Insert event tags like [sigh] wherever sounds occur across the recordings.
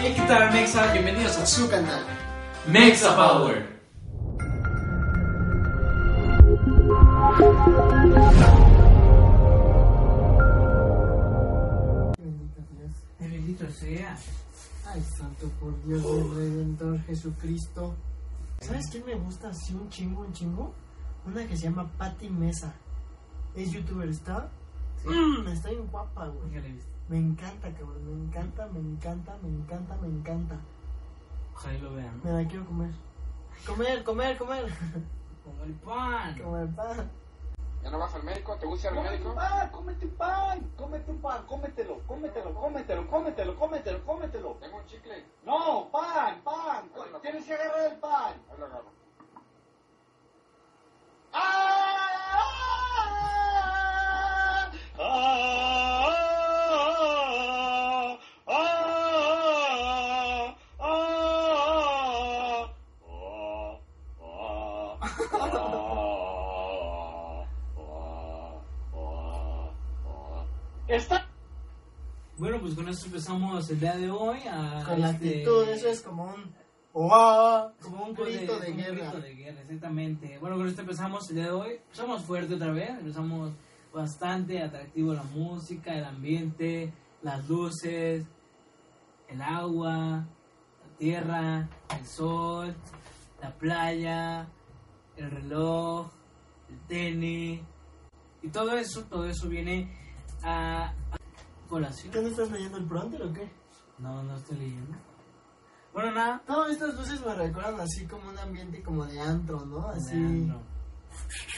Hey, ¿qué tal, Mexa? Bienvenidos a su canal. Mexa Power. Bendito Dios. Bendito sea. Ay, santo por Dios del Redentor Jesucristo. ¿Sabes quién me gusta así un chingo, un chingo? Una que se llama Patty Mesa. Es youtuber, ¿está? Mm, está bien guapa, güey. Ojalá y- Me encanta, cabrón. Me encanta, me encanta, me encanta, me encanta. Ojalá y lo vean. Me la quiero comer. Comer, comer, comer. [laughs] Como el pan. Comer pan. ¿Ya no vas al médico? ¿Te gusta ir al Cómete médico? un pan, cómete un pan, cómete un pan, cómetelo, cómetelo, cómetelo, cómetelo, cómetelo, cómetelo. Tengo un chicle. No, pan, pan, co- tienes que agarrar el pan. Ahí lo agarro. ¡Ah! ¡Ah! ¡Ah! ¡Ah! ¡Ah! ¡Ah! ¡Ah! ¡Ah! ¡Ah! Está Bueno, pues con esto empezamos el día de hoy. A Con la este- actitud, eso es como un. ¡Uah! Como un grito de como un guerra. grito de guerra, exactamente. Bueno, con esto empezamos el día de hoy. Empezamos fuerte otra vez. Empezamos bastante atractivo la música, el ambiente, las luces, el agua, la tierra, el sol, la playa, el reloj, el tenis. Y todo eso, todo eso viene a, a colación. ¿Qué no estás leyendo el pronter o qué? No, no estoy leyendo. Bueno, nada. Todas estas luces me recuerdan así como un ambiente como de antro, ¿no? Así. Leandro.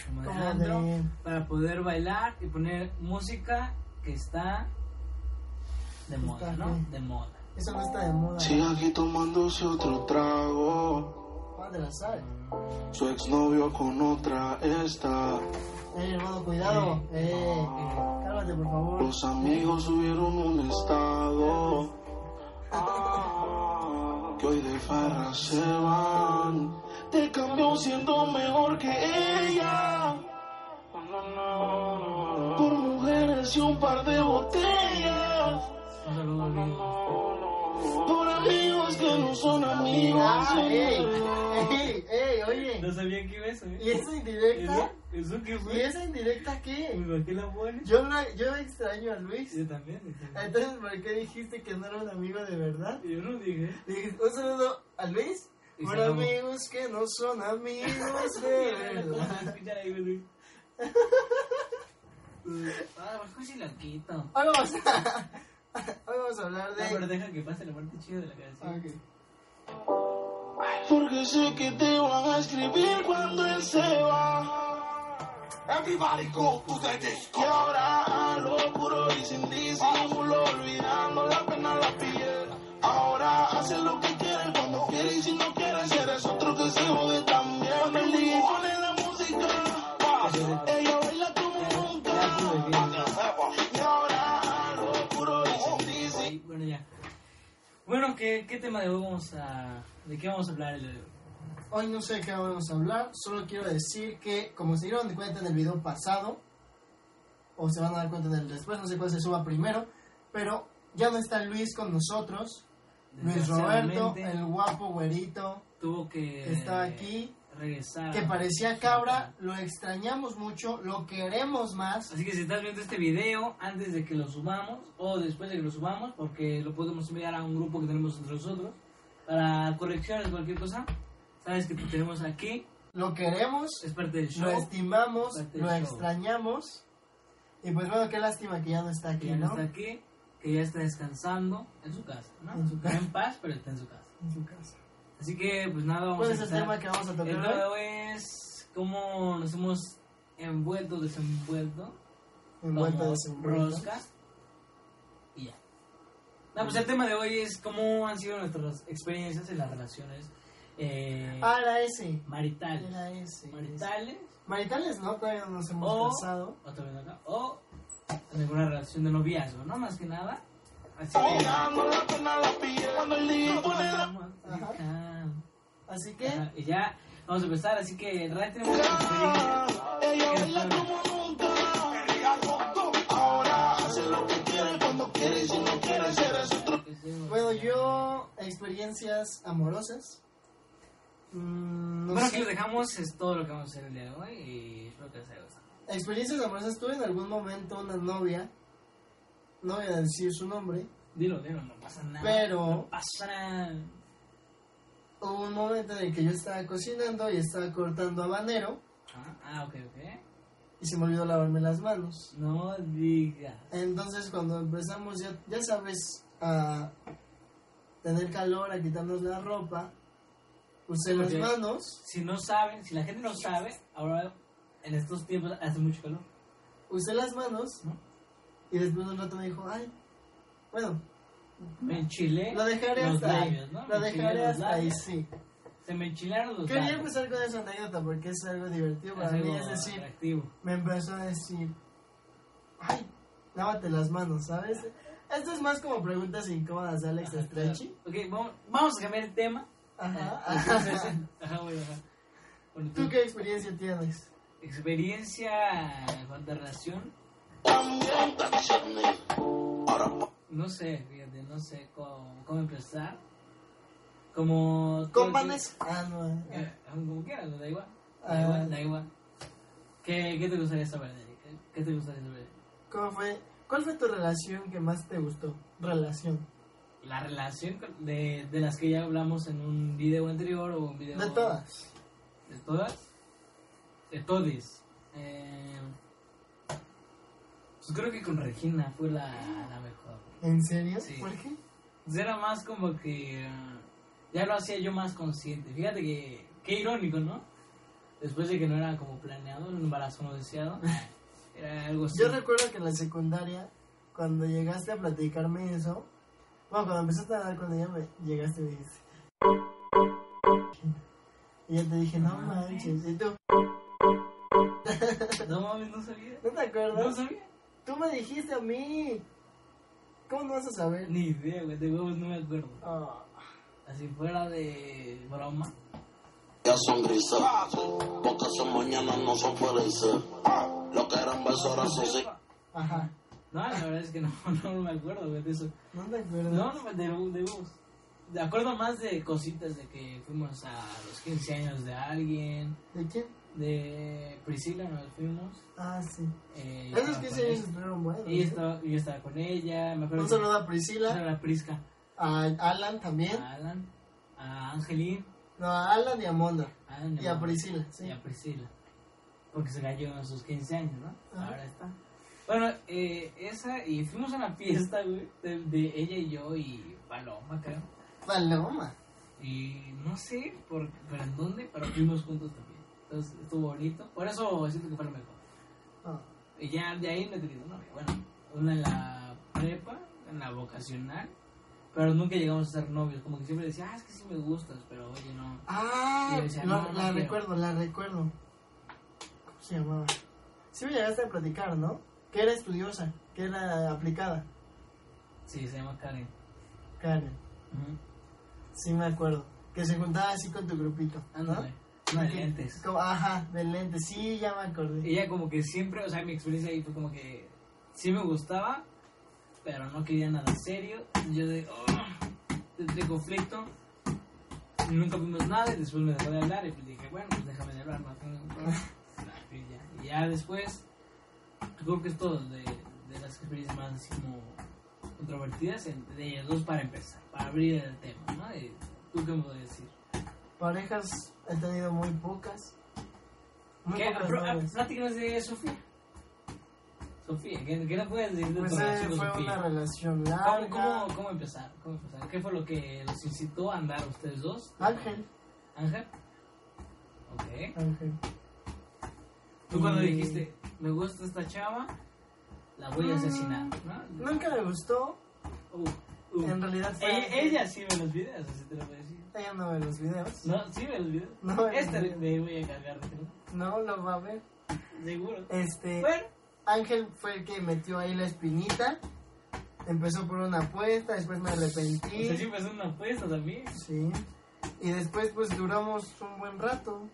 Como Como Leandro, de- para poder bailar y poner música que está de Pues moda, ¿no? bien. De moda. Eso no está de moda. Sigue aquí tomándose otro trago. Juan de la sal. Su exnovio con otra está. Eh, hermano, cuidado. Eh, cálmate, por favor. Los amigos subieron un estado. Que hoy de farra se van. Te cambió siendo mejor que ella. Por mujeres y un par de botellas. Un saludo bien. Por amigos que no son amigos. Ah, ey, ey, ey, oye. No sabía que iba eso, ¿eh? ¿Y esa ¿Eso? indirecta? ¿Eso qué ¿Y fue? esa indirecta qué? ¿Por qué la pones? Yo, no, yo extraño a Luis. Yo también. yo también. Entonces, ¿por qué dijiste que no era un amigo de verdad? Yo no dije. Dije, un saludo a Luis. Y Por se acabó. amigos que no son amigos [laughs] de verdad. Escuchar ahí, güey. [laughs] Ah, mejor si la quito. Hoy vamos a, [laughs] hoy vamos a hablar Ah, pero de. deja que pase la parte chida de la canción. Ok. Porque sé que te van a escribir cuando él se va. Everybody go to the disco. Y ahora a lo puro y sin disimulo, olvidando la pena la piel. Ahora hace lo que quiere cuando quiere y si no quiere ser es otro que se jode también. Cuando el DJ pone la música, ella baila como nunca. Y ahora a lo puro y sin disimulo. Sí, bueno, ya. Bueno, ¿qué, qué tema de hoy vamos a... ¿De qué vamos a hablar el día de hoy? Hoy no sé de qué vamos a hablar, solo quiero decir que, como se dieron cuenta en el video pasado, o se van a dar cuenta en el después, no sé cuál se suba primero, pero ya no está Luis con nosotros, Luis Roberto, Desgraciadamente, Eh, el guapo güerito tuvo que... que está aquí, Regresar. que parecía cabra, lo extrañamos mucho, lo queremos más, Así que si estás viendo este video antes de que lo subamos o después de que lo subamos, porque lo podemos enviar a un grupo que tenemos entre nosotros, para correcciones, cualquier cosa, sabes que te tenemos aquí, lo queremos, es parte del lo show. estimamos, Parte del lo show. extrañamos, y pues bueno, qué lástima que ya no está que aquí, ya no ¿no? está aquí, que ya está descansando en su casa, ¿no? En su casa. Está en paz, pero está en su casa. En su casa. Así que, pues nada, vamos ¿Cuál a es el empezar. tema que vamos a El tocar hoy? tema de hoy es cómo nos hemos envuelto, desenvuelto, Envuelto, como desenvuelto. rosca y ya. No, pues el tema de hoy es cómo han sido nuestras experiencias en las relaciones eh, Ah, era ese. maritales. Era ese. Maritales, Maritales, ¿no? Todavía no nos hemos O- casado. o también acá, o en alguna relación de noviazgo, ¿no? Más que nada. Así que... Olvidando la pena la piel. Cuando el DJ pone la Ajá. Así que, Ajá, Y ya vamos a empezar, así que en realidad tenemos muchas ¡Ah! experiencias. Ella baila como nunca. Ahora hace lo que quiere cuando quiere y si no quiere ser es otro. que tenemos. bueno, yo experiencias amorosas. Mm, no bueno, sé. aquí lo dejamos, es todo lo que vamos a hacer el día de hoy y espero que les haya gustado. Experiencias amorosas. Tuve en algún momento una novia. No voy a decir su nombre. Dilo, dilo, no pasa nada. Pero- No pasa nada. Hubo un momento en el que yo estaba cocinando y estaba cortando habanero Ah, ah, ok, ok. y se me olvidó lavarme las manos. No digas. Entonces cuando empezamos ya, ya sabes a tener calor, a quitarnos la ropa, usé Ok. las manos, Si no saben, si la gente no sabe, ahora en estos tiempos hace mucho calor. usé las manos ¿No? y después de un rato me dijo, ay, bueno, Me enchilé. lo dejaré los hasta ahí. labios, ¿no? Lo Me enchilé dejaré los hasta ahí, labios. sí. Se me enchilaron los Quería labios. empezar con esa anécdota porque es algo divertido para Es mí, algo es decir, atractivo. me empezó a decir, ay, lávate las manos, ¿sabes? Esto es más como preguntas incómodas de Alex Ajá, Estrechi. claro. Ok, vamos, vamos a cambiar [laughs] el tema. Ajá. Ajá, güey, ajá. Bueno, [laughs] ¿Tú tu qué experiencia tienes? experiencia en cuanto a relación, También te dicen, ahora no sé, fíjate, no sé cómo, cómo empezar. Como. ¿Con panes? Ah, no. eh. Eh, Como quieras, da igual. Ah. Da igual, da igual. ¿Qué, qué te gustaría saber, Derek? ¿Qué te gustaría saber? ¿Cómo fue? ¿Cuál fue tu relación que más te gustó? Relación. La relación con- de, de las que ya hablamos en un video anterior o un video. De todas. ¿De todas? De todis. Eh, pues creo que con Regina fue la, la mejor. ¿En serio? Sí. ¿Por qué? Pues era más como que. eh, Ya lo hacía yo más consciente. Fíjate que. Qué irónico, ¿no? Después de que no era como planeado, un embarazo no deseado. [laughs] Era algo así. Yo recuerdo que en la secundaria, cuando llegaste a platicarme eso, bueno, cuando empezaste a hablar con ella, me llegaste y me dijiste. Y yo te dije, no Ah, manches. Y tú, No mames, no sabía. ¿no te acuerdas? No sabía. Tú me dijiste a mí. ¿Cómo no vas a saber? Ni idea, güey. De huevos no me acuerdo. Ah, Así fuera de broma. ya son grises, porque son mañanas, no son felices. Lo que eran besos ahora son sí. Ah, ajá. No, la verdad es que no, [laughs] no me acuerdo, güey, de eso. ¿No te acuerdas? No, no, de, de bus. De acuerdo más de cositas de que fuimos a los 15 años de alguien, ¿De quién? de Priscila nos fuimos. Ah, sí. eh, yo Esos estaba 15 años con ella. estuvieron buenos. Ella ¿eh? estaba- yo estaba con ella, me acuerdo. Un saludo a que- Priscila, a la Prisca, a Alan también. a Alan, a Angelín, No, a Alan y a Monda. a Alan Y a Priscila Priscila, sí. y a Priscila. Porque se cayó en sus 15 años, ¿no? Ajá. Ahora está. Bueno, eh, esa, y fuimos a la fiesta, güey, de, de ella y yo y Paloma, creo. Paloma. Y no sé por, pero en dónde, pero fuimos juntos también. Entonces estuvo bonito. Por eso siento que fue lo mejor. Ah, Y ya de ahí no he tenido novia. Bueno, una en la prepa, en la vocacional. Pero nunca llegamos a ser novios. Como que siempre decía, ah, es que sí me gustas, pero oye, no. Ah, Y yo decía, lo- no, no la quiero. recuerdo, la recuerdo. ¿Cómo se llamaba? Sí me llegaste a platicar, ¿no? Que era estudiosa, que era aplicada. Sí, se llama Karen. Karen, sí me acuerdo. Que se juntaba así con tu grupito, ¿no? Ándale. Una de Que- lentes. como- ajá, de lentes, sí, ya me acordé. Ella como que siempre, o sea, mi experiencia ahí fue como que sí me gustaba, pero no quería nada serio. Yo de, "Oh", de, de conflicto. Nunca vimos nada y después me dejó de hablar y pues dije, bueno, pues déjame de hablar, no tengo ningún problema. Y ya, y ya después, creo que es todo de, de las experiencias más así como controvertidas en- de ellas dos para empezar, para abrir el tema, ¿no? Y, ¿Tú qué me puedes decir? Parejas he tenido muy pocas. Muy ¿Qué? pocas Pro- ah, novias. Platícanos de Sofía. Sofía, ¿qué, qué nos puedes decir de Pues tu eh, relación con fue una Sofía? relación ¿Cómo, larga. cómo, cómo empezar? ¿Cómo empezar? ¿Qué fue lo que los incitó a andar ustedes dos? Ángel, ¿Ángel? Ok. Ángel. Tú cuando Y- dijiste, me gusta esta chava, la voy a asesinar, ¿no? Nunca me gustó, Uh, uh. Mm. en realidad fue Ella, Ángel. ella sí ve los videos, así te lo voy a decir. Ella no ve los videos. No, sí ve los videos. No, eh. Esta no. me voy a cargar, ¿no? No lo va a ver. seguro. Este, Bueno, Ángel fue el que metió ahí la espinita. Empezó por una apuesta, después me o sea, sí arrepentí. empezó pues una apuesta también. Sí. Y después pues duramos un buen rato.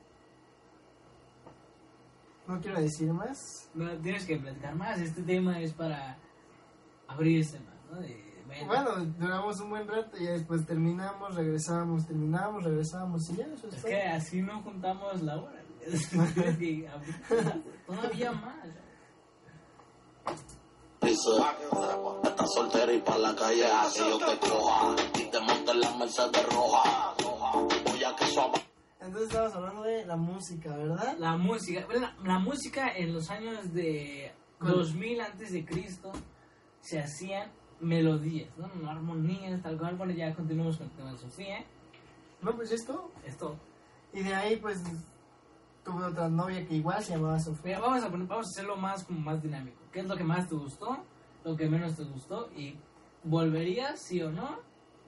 No quiero decir más. No, tienes que platicar más. Este tema es para abrirse más, ¿no? De Bueno, Bueno, duramos un buen rato y ya después terminamos, regresábamos, terminábamos, regresábamos y ya, eso es es todo. que así no juntamos la hora. [laughs] Tienes que abrir- Todavía más. Dice, está soltera y pa' la calle así yo te coja. Y te monte en la Mercedes roja. Voy a que suave. Entonces estábamos hablando de la música, ¿verdad? La música, la, la música en los años de 2000 antes de Cristo se hacían melodías, ¿no? No armonías, tal cual. Bueno, ya continuamos con el tema de Sofía. No, pues esto. Esto. Y de ahí, pues, tuve otra novia que igual se llamaba Sofía. Mira, vamos a, poner- vamos a hacerlo más como más dinámico. ¿Qué es lo que más te gustó? Lo que menos te gustó y volverías sí o no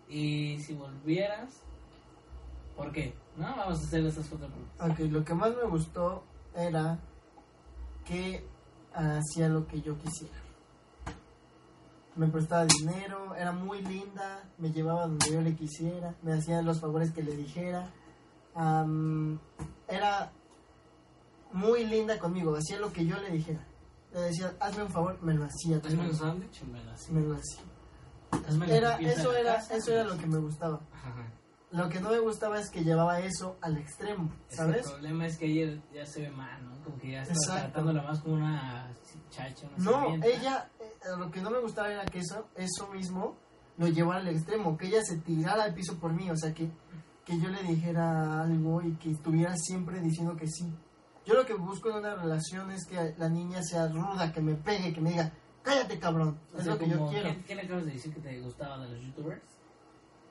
y si volvieras, ¿por qué? ¿No? Vamos a hacer esas cuatro preguntas. Ok, lo que más me gustó era que hacía lo que yo quisiera. Me prestaba dinero, era muy linda, me llevaba donde yo le quisiera, me hacía los favores que le dijera. Am, era muy linda conmigo, hacía lo que yo le dijera. Le decía, hazme un favor, me lo hacía. Hazme un sándwich y me la Me lo hacía. hazme la Era, limpieza eso, de la era, casa. pues. eso era lo que me gustaba. Ajá. Lo que no me gustaba es que llevaba eso al extremo, Es que ¿sabes? El problema es que ella ya se ve mal, ¿no? Como que ya está Exacto. tratándola más como una chacha, una No, sirvienta. ella, eh, lo que no me gustaba era que eso, eso mismo lo llevara al extremo, que ella se tirara al piso por mí, o sea, que, que yo le dijera algo y que estuviera siempre diciendo que sí. Yo lo que busco en una relación es que la niña sea ruda, que me pegue, que me diga, cállate cabrón, O es sea, lo que yo como, quiero. ¿quién, quién acabas de decir que te gustaba de los youtubers?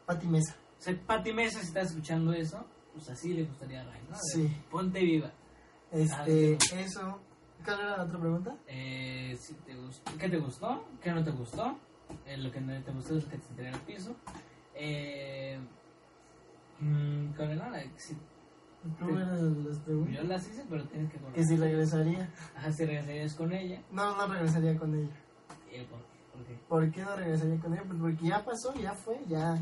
Pati Mesa. O sea, Pati Mesa, si está escuchando eso, pues así le gustaría a Ray, Ah, ¿no? De, Sí. Ponte viva. Ah, Este, entiendo. eso. ¿Cuál era la otra pregunta? Eh, si te gust- ¿Qué te gustó? ¿Qué no te gustó? Eh, lo que no te gustó es lo que te tiré al piso. Eh, mm, ¿Cuál era? La- si- ¿Tú eran las yo preguntas? las hice, pero tienes que Que si regresaría. Ajá, si regresarías con ella. No, no regresaría con ella. ¿Y el por qué? ¿Por qué? ¿Por qué no regresaría con ella? Pues porque ya pasó, ya fue, ya.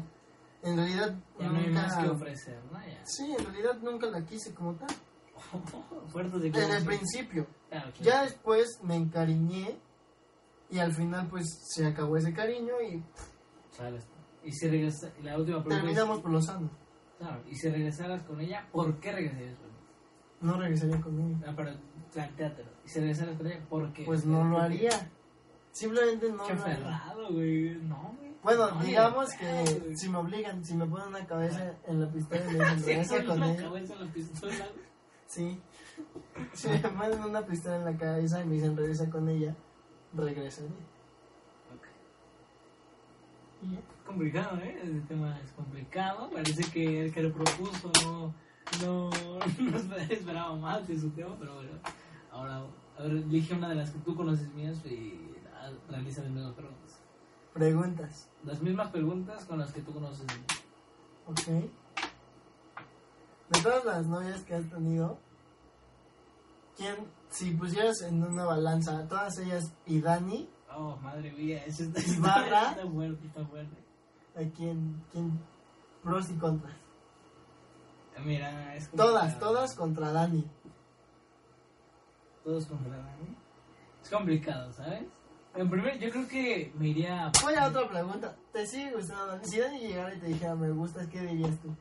En realidad Ya no hay nunca. más que ofrecer, ¿no? Ya. [laughs] sí, en realidad nunca la quise como tal. Fuertes de Desde el corazón. principio. Claro, claro. Ya después me encariñé y al final pues se acabó ese cariño y Sales. Y si regresa, y la última pregunta es- terminamos por lo sano. Claro, y si regresaras con ella, ¿por qué regresarías con ella? No regresaría con ella. No, pero planteátelo. Y si regresaras con ella, ¿por qué? Pues no lo haría. Simplemente no Qué lo haría. ferrado, güey. No, güey. Bueno, No, digamos ni de pedo, que güey. si me obligan, si me ponen una cabeza en la pistola y me dicen, [laughs] Sí, regresa con con la ella. cabeza en la pistola, güey. Sí. Si me mandan una pistola en la cabeza y me dicen regresa con ella, regresaré. Ok. Complicado, ¿eh? Este tema es complicado. Parece que el que lo propuso no, no, [laughs] no esperaba más de su tema, pero bueno. Ahora, a ver, elige una de las que tú conoces mías y ah, realiza las mismas preguntas. Preguntas, Las mismas preguntas con las que tú conoces mías. ¿ok? De todas las novias que has tenido, ¿quién, si pusieras en una balanza a todas ellas y Dani, Oh, madre mía, eso está, [laughs] ¿Y barra? está fuerte, está fuerte. a quién, quién pros y contras? Eh, Mira, es como- Todas, todas contra Dani. Todos contra Dani. ¿eh? Es complicado, ¿sabes? En primer, yo creo que me iría. Voy a otra pregunta. ¿Te sigue gustando Dani? Si Dani llegara y te dijera me gustas, ¿qué dirías tú?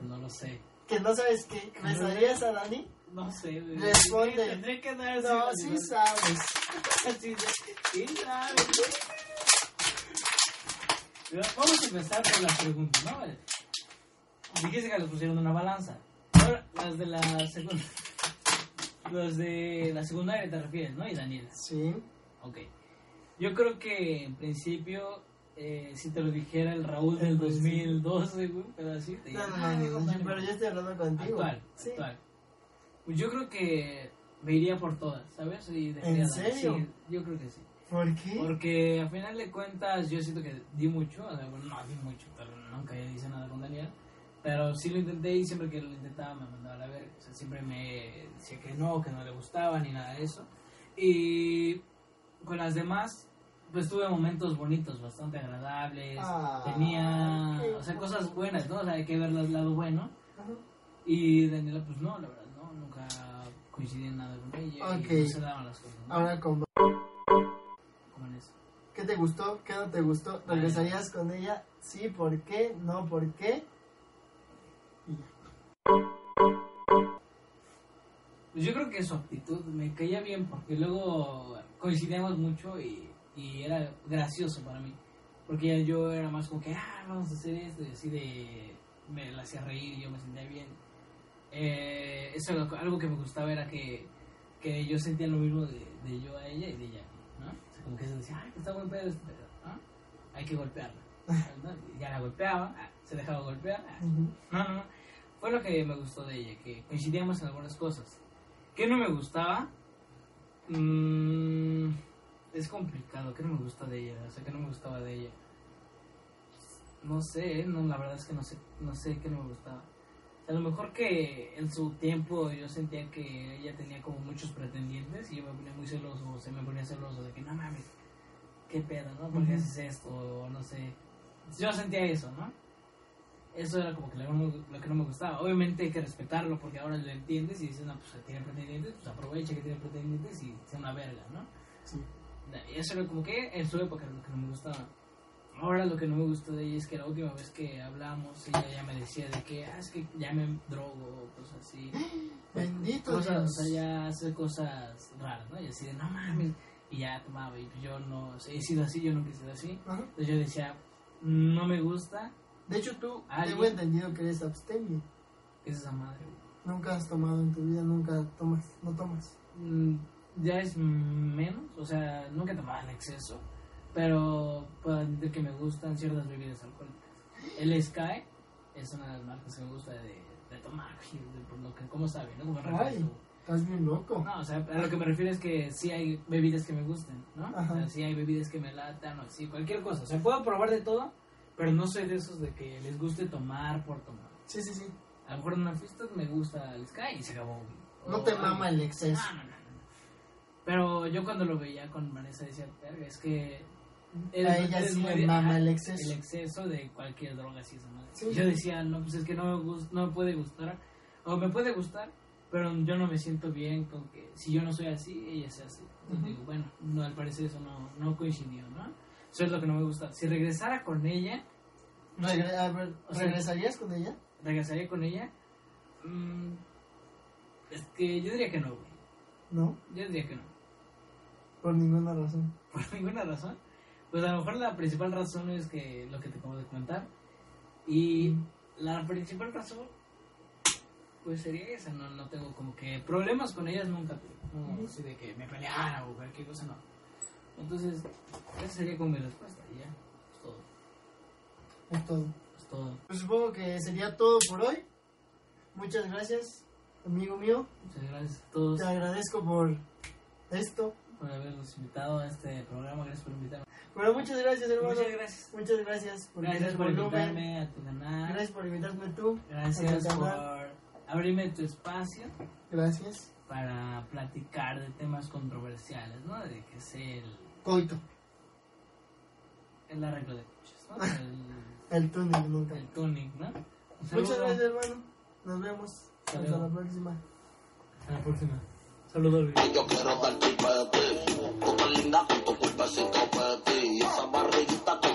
No lo sé. ¿Que no sabes qué? ¿Besarías a Dani? No sé, güey. Responde. Sí, Tendré que dar No, sí sí, sabes. sí, sí, sí, sabes. Pero Vamos a empezar por las preguntas, ¿no? Vale. Dijiste que las pusieron en una balanza. Ahora, las de la [laughs] secundaria. Los de la secundaria te refieres, ¿no? Y Daniela. Sí. Ok. Yo creo que en principio, eh, si te lo dijera el Raúl del En principio. 2012, güey, pero así. te No, diría, no, "Ah, no, mi no, compadre, pero yo estoy hablando contigo. Actual, Sí. actual. Pues yo creo que me iría por todas, ¿sabes? Y ¿En dejaría a Dani. serio? Sí, yo creo que sí. ¿Por qué? Porque al final de cuentas yo siento que di mucho, o sea, bueno, no di mucho, pero nunca hice nada con Daniel. Pero sí lo intenté y siempre que lo intentaba me mandaba a la verga. O sea, siempre me decía que no, que no le gustaba ni nada de eso. Y con las demás, pues tuve momentos bonitos, bastante agradables. Ah, Tenía, qué o sea, bonito. cosas buenas, ¿no? O sea, hay que ver el lado bueno. Ajá. Y Daniela, pues no, la verdad, no, nunca coincidí en nada con ella. Ok. Y no se daban las cosas, ¿no? Ahora con Como en eso. ¿Qué te gustó? ¿Qué no te gustó? ¿Regresarías con ella? Sí, ¿por qué? ¿No? ¿Por qué? Pues yo creo que su actitud me caía bien porque luego coincidíamos mucho y, y era gracioso para mí. Porque ya yo era más como que, ah, vamos a hacer esto, y así de. Me la hacía reír y yo me sentía bien. Eh, eso, era algo que me gustaba era que, que yo sentía lo mismo de, de yo a ella y de ella, ¿no? O sea, como que se decía, ay, que está buen pedo este pedo, ¿no? Hay que golpearla. ¿no? Y ya la golpeaba, ah, se dejaba golpear, ah, no, no, no. Fue lo que me gustó de ella, que coincidíamos en algunas cosas. ¿Qué no me gustaba? Mm, es complicado. ¿Qué no me gusta de ella? O sea, ¿qué no me gustaba de ella? No sé, ¿eh? no, la verdad es que no sé, no sé qué no me gustaba. A lo mejor que en su tiempo yo sentía que ella tenía como muchos pretendientes y yo me ponía muy celoso, o se me ponía celoso de que no mames, qué pedo, ¿no? ¿Por qué Ujú. haces esto? O no sé. Yo sentía eso, ¿no? Eso era como que lo, que no me- lo que no me gustaba. Obviamente hay que respetarlo porque ahora lo entiendes y dices, no, pues que tiene pretendientes, pues aprovecha que tiene pretendientes y sea una verga, ¿no? Sí. Y Eso era como que en su época era lo que no me gustaba. Ahora lo que no me gustó de ella es que la última vez que hablamos, ella ya me decía de que, ah, es que ya me drogo, cosas así. Bendito Cosas, o Dios. sea, ya hacer cosas raras, ¿no? Y así de, no mames. Y ya tomaba, y yo no, he sido así, yo nunca he sido así. Ajá. Entonces yo decía, no me gusta, De hecho, tú Alguien- tengo entendido que eres abstemio. ¿qué es esa madre, güey? Nunca has tomado en tu vida, nunca tomas, no tomas. Mm, ya es menos, o sea, nunca tomaba en exceso, pero puedo admitir que me gustan ciertas bebidas alcohólicas. El Sky es una de las marcas que me gusta de, de tomar, güey, de- por lo que, ¿cómo sabe? ¿no? Como refresco. Ay, estás bien loco. No, o sea, a lo que me refiero es que sí hay bebidas que me gustan, ¿no? Ajá. O sea, sí hay bebidas que me latan o así, cualquier cosa. O sea, puedo probar de todo, pero no soy de esos de que les guste tomar por tomar. Sí, sí, sí. A lo mejor en una fiesta me gusta el Sky y se acabó. güey. No O te algo. mama el exceso. Ah, No, no, no, no. Pero yo cuando lo veía con Vanessa decía, "Verga, es que... es- A ella es sí muy le de- mama ajá, el exceso. El exceso de cualquier droga, así esa madre. Sí. Yo decía, no, pues es que no me, gus- no me puede gustar, o me puede gustar, pero yo no me siento bien con que si yo no soy así, ella sea así. Entonces Ujú. digo, bueno, no, al parecer eso no, no coincidió, ¿no? Eso es lo que no me gusta. Si regresara con ella, Regre- a ver, O sea- ¿Regresarías con ella? regresaría con ella, mm, es que yo diría que no, güey. No, Yo diría que no. por ninguna razón. por [laughs] ninguna razón. Pues a lo mejor la principal razón es que lo que te acabo de comentar. Y la principal razón, pues sería esa. No, no tengo como que problemas con ellas nunca. tuve. No, así de que me peleara o cualquier cosa, no. Entonces, esa sería como mi respuesta. Y ya, es todo. Es todo. Es todo. Pues supongo que sería todo por hoy. Muchas gracias, amigo mío. Muchas gracias a todos Te agradezco por esto. por habernos invitado a este programa. Gracias por invitarme. Bueno, muchas gracias, hermano. Muchas gracias. Muchas gracias por Gracias el por volumen. invitarme a tu canal. Gracias por invitarme tú. Gracias a tu por canal. abrirme tu espacio. Gracias. para platicar de temas controversiales, ¿no? De que es el, Coito. el arreglo de coches, [laughs] ¿no? El, El túnel nunca. el tuning, ¿no? Un saludo. Muchas gracias, hermano. Nos vemos. Hasta Hasta luego. la próxima. Hasta la próxima. Saludos, Luis. Y yo quiero partir de ti. Tú tan linda que tu culpa se escapa de ti. Y esa barriguita con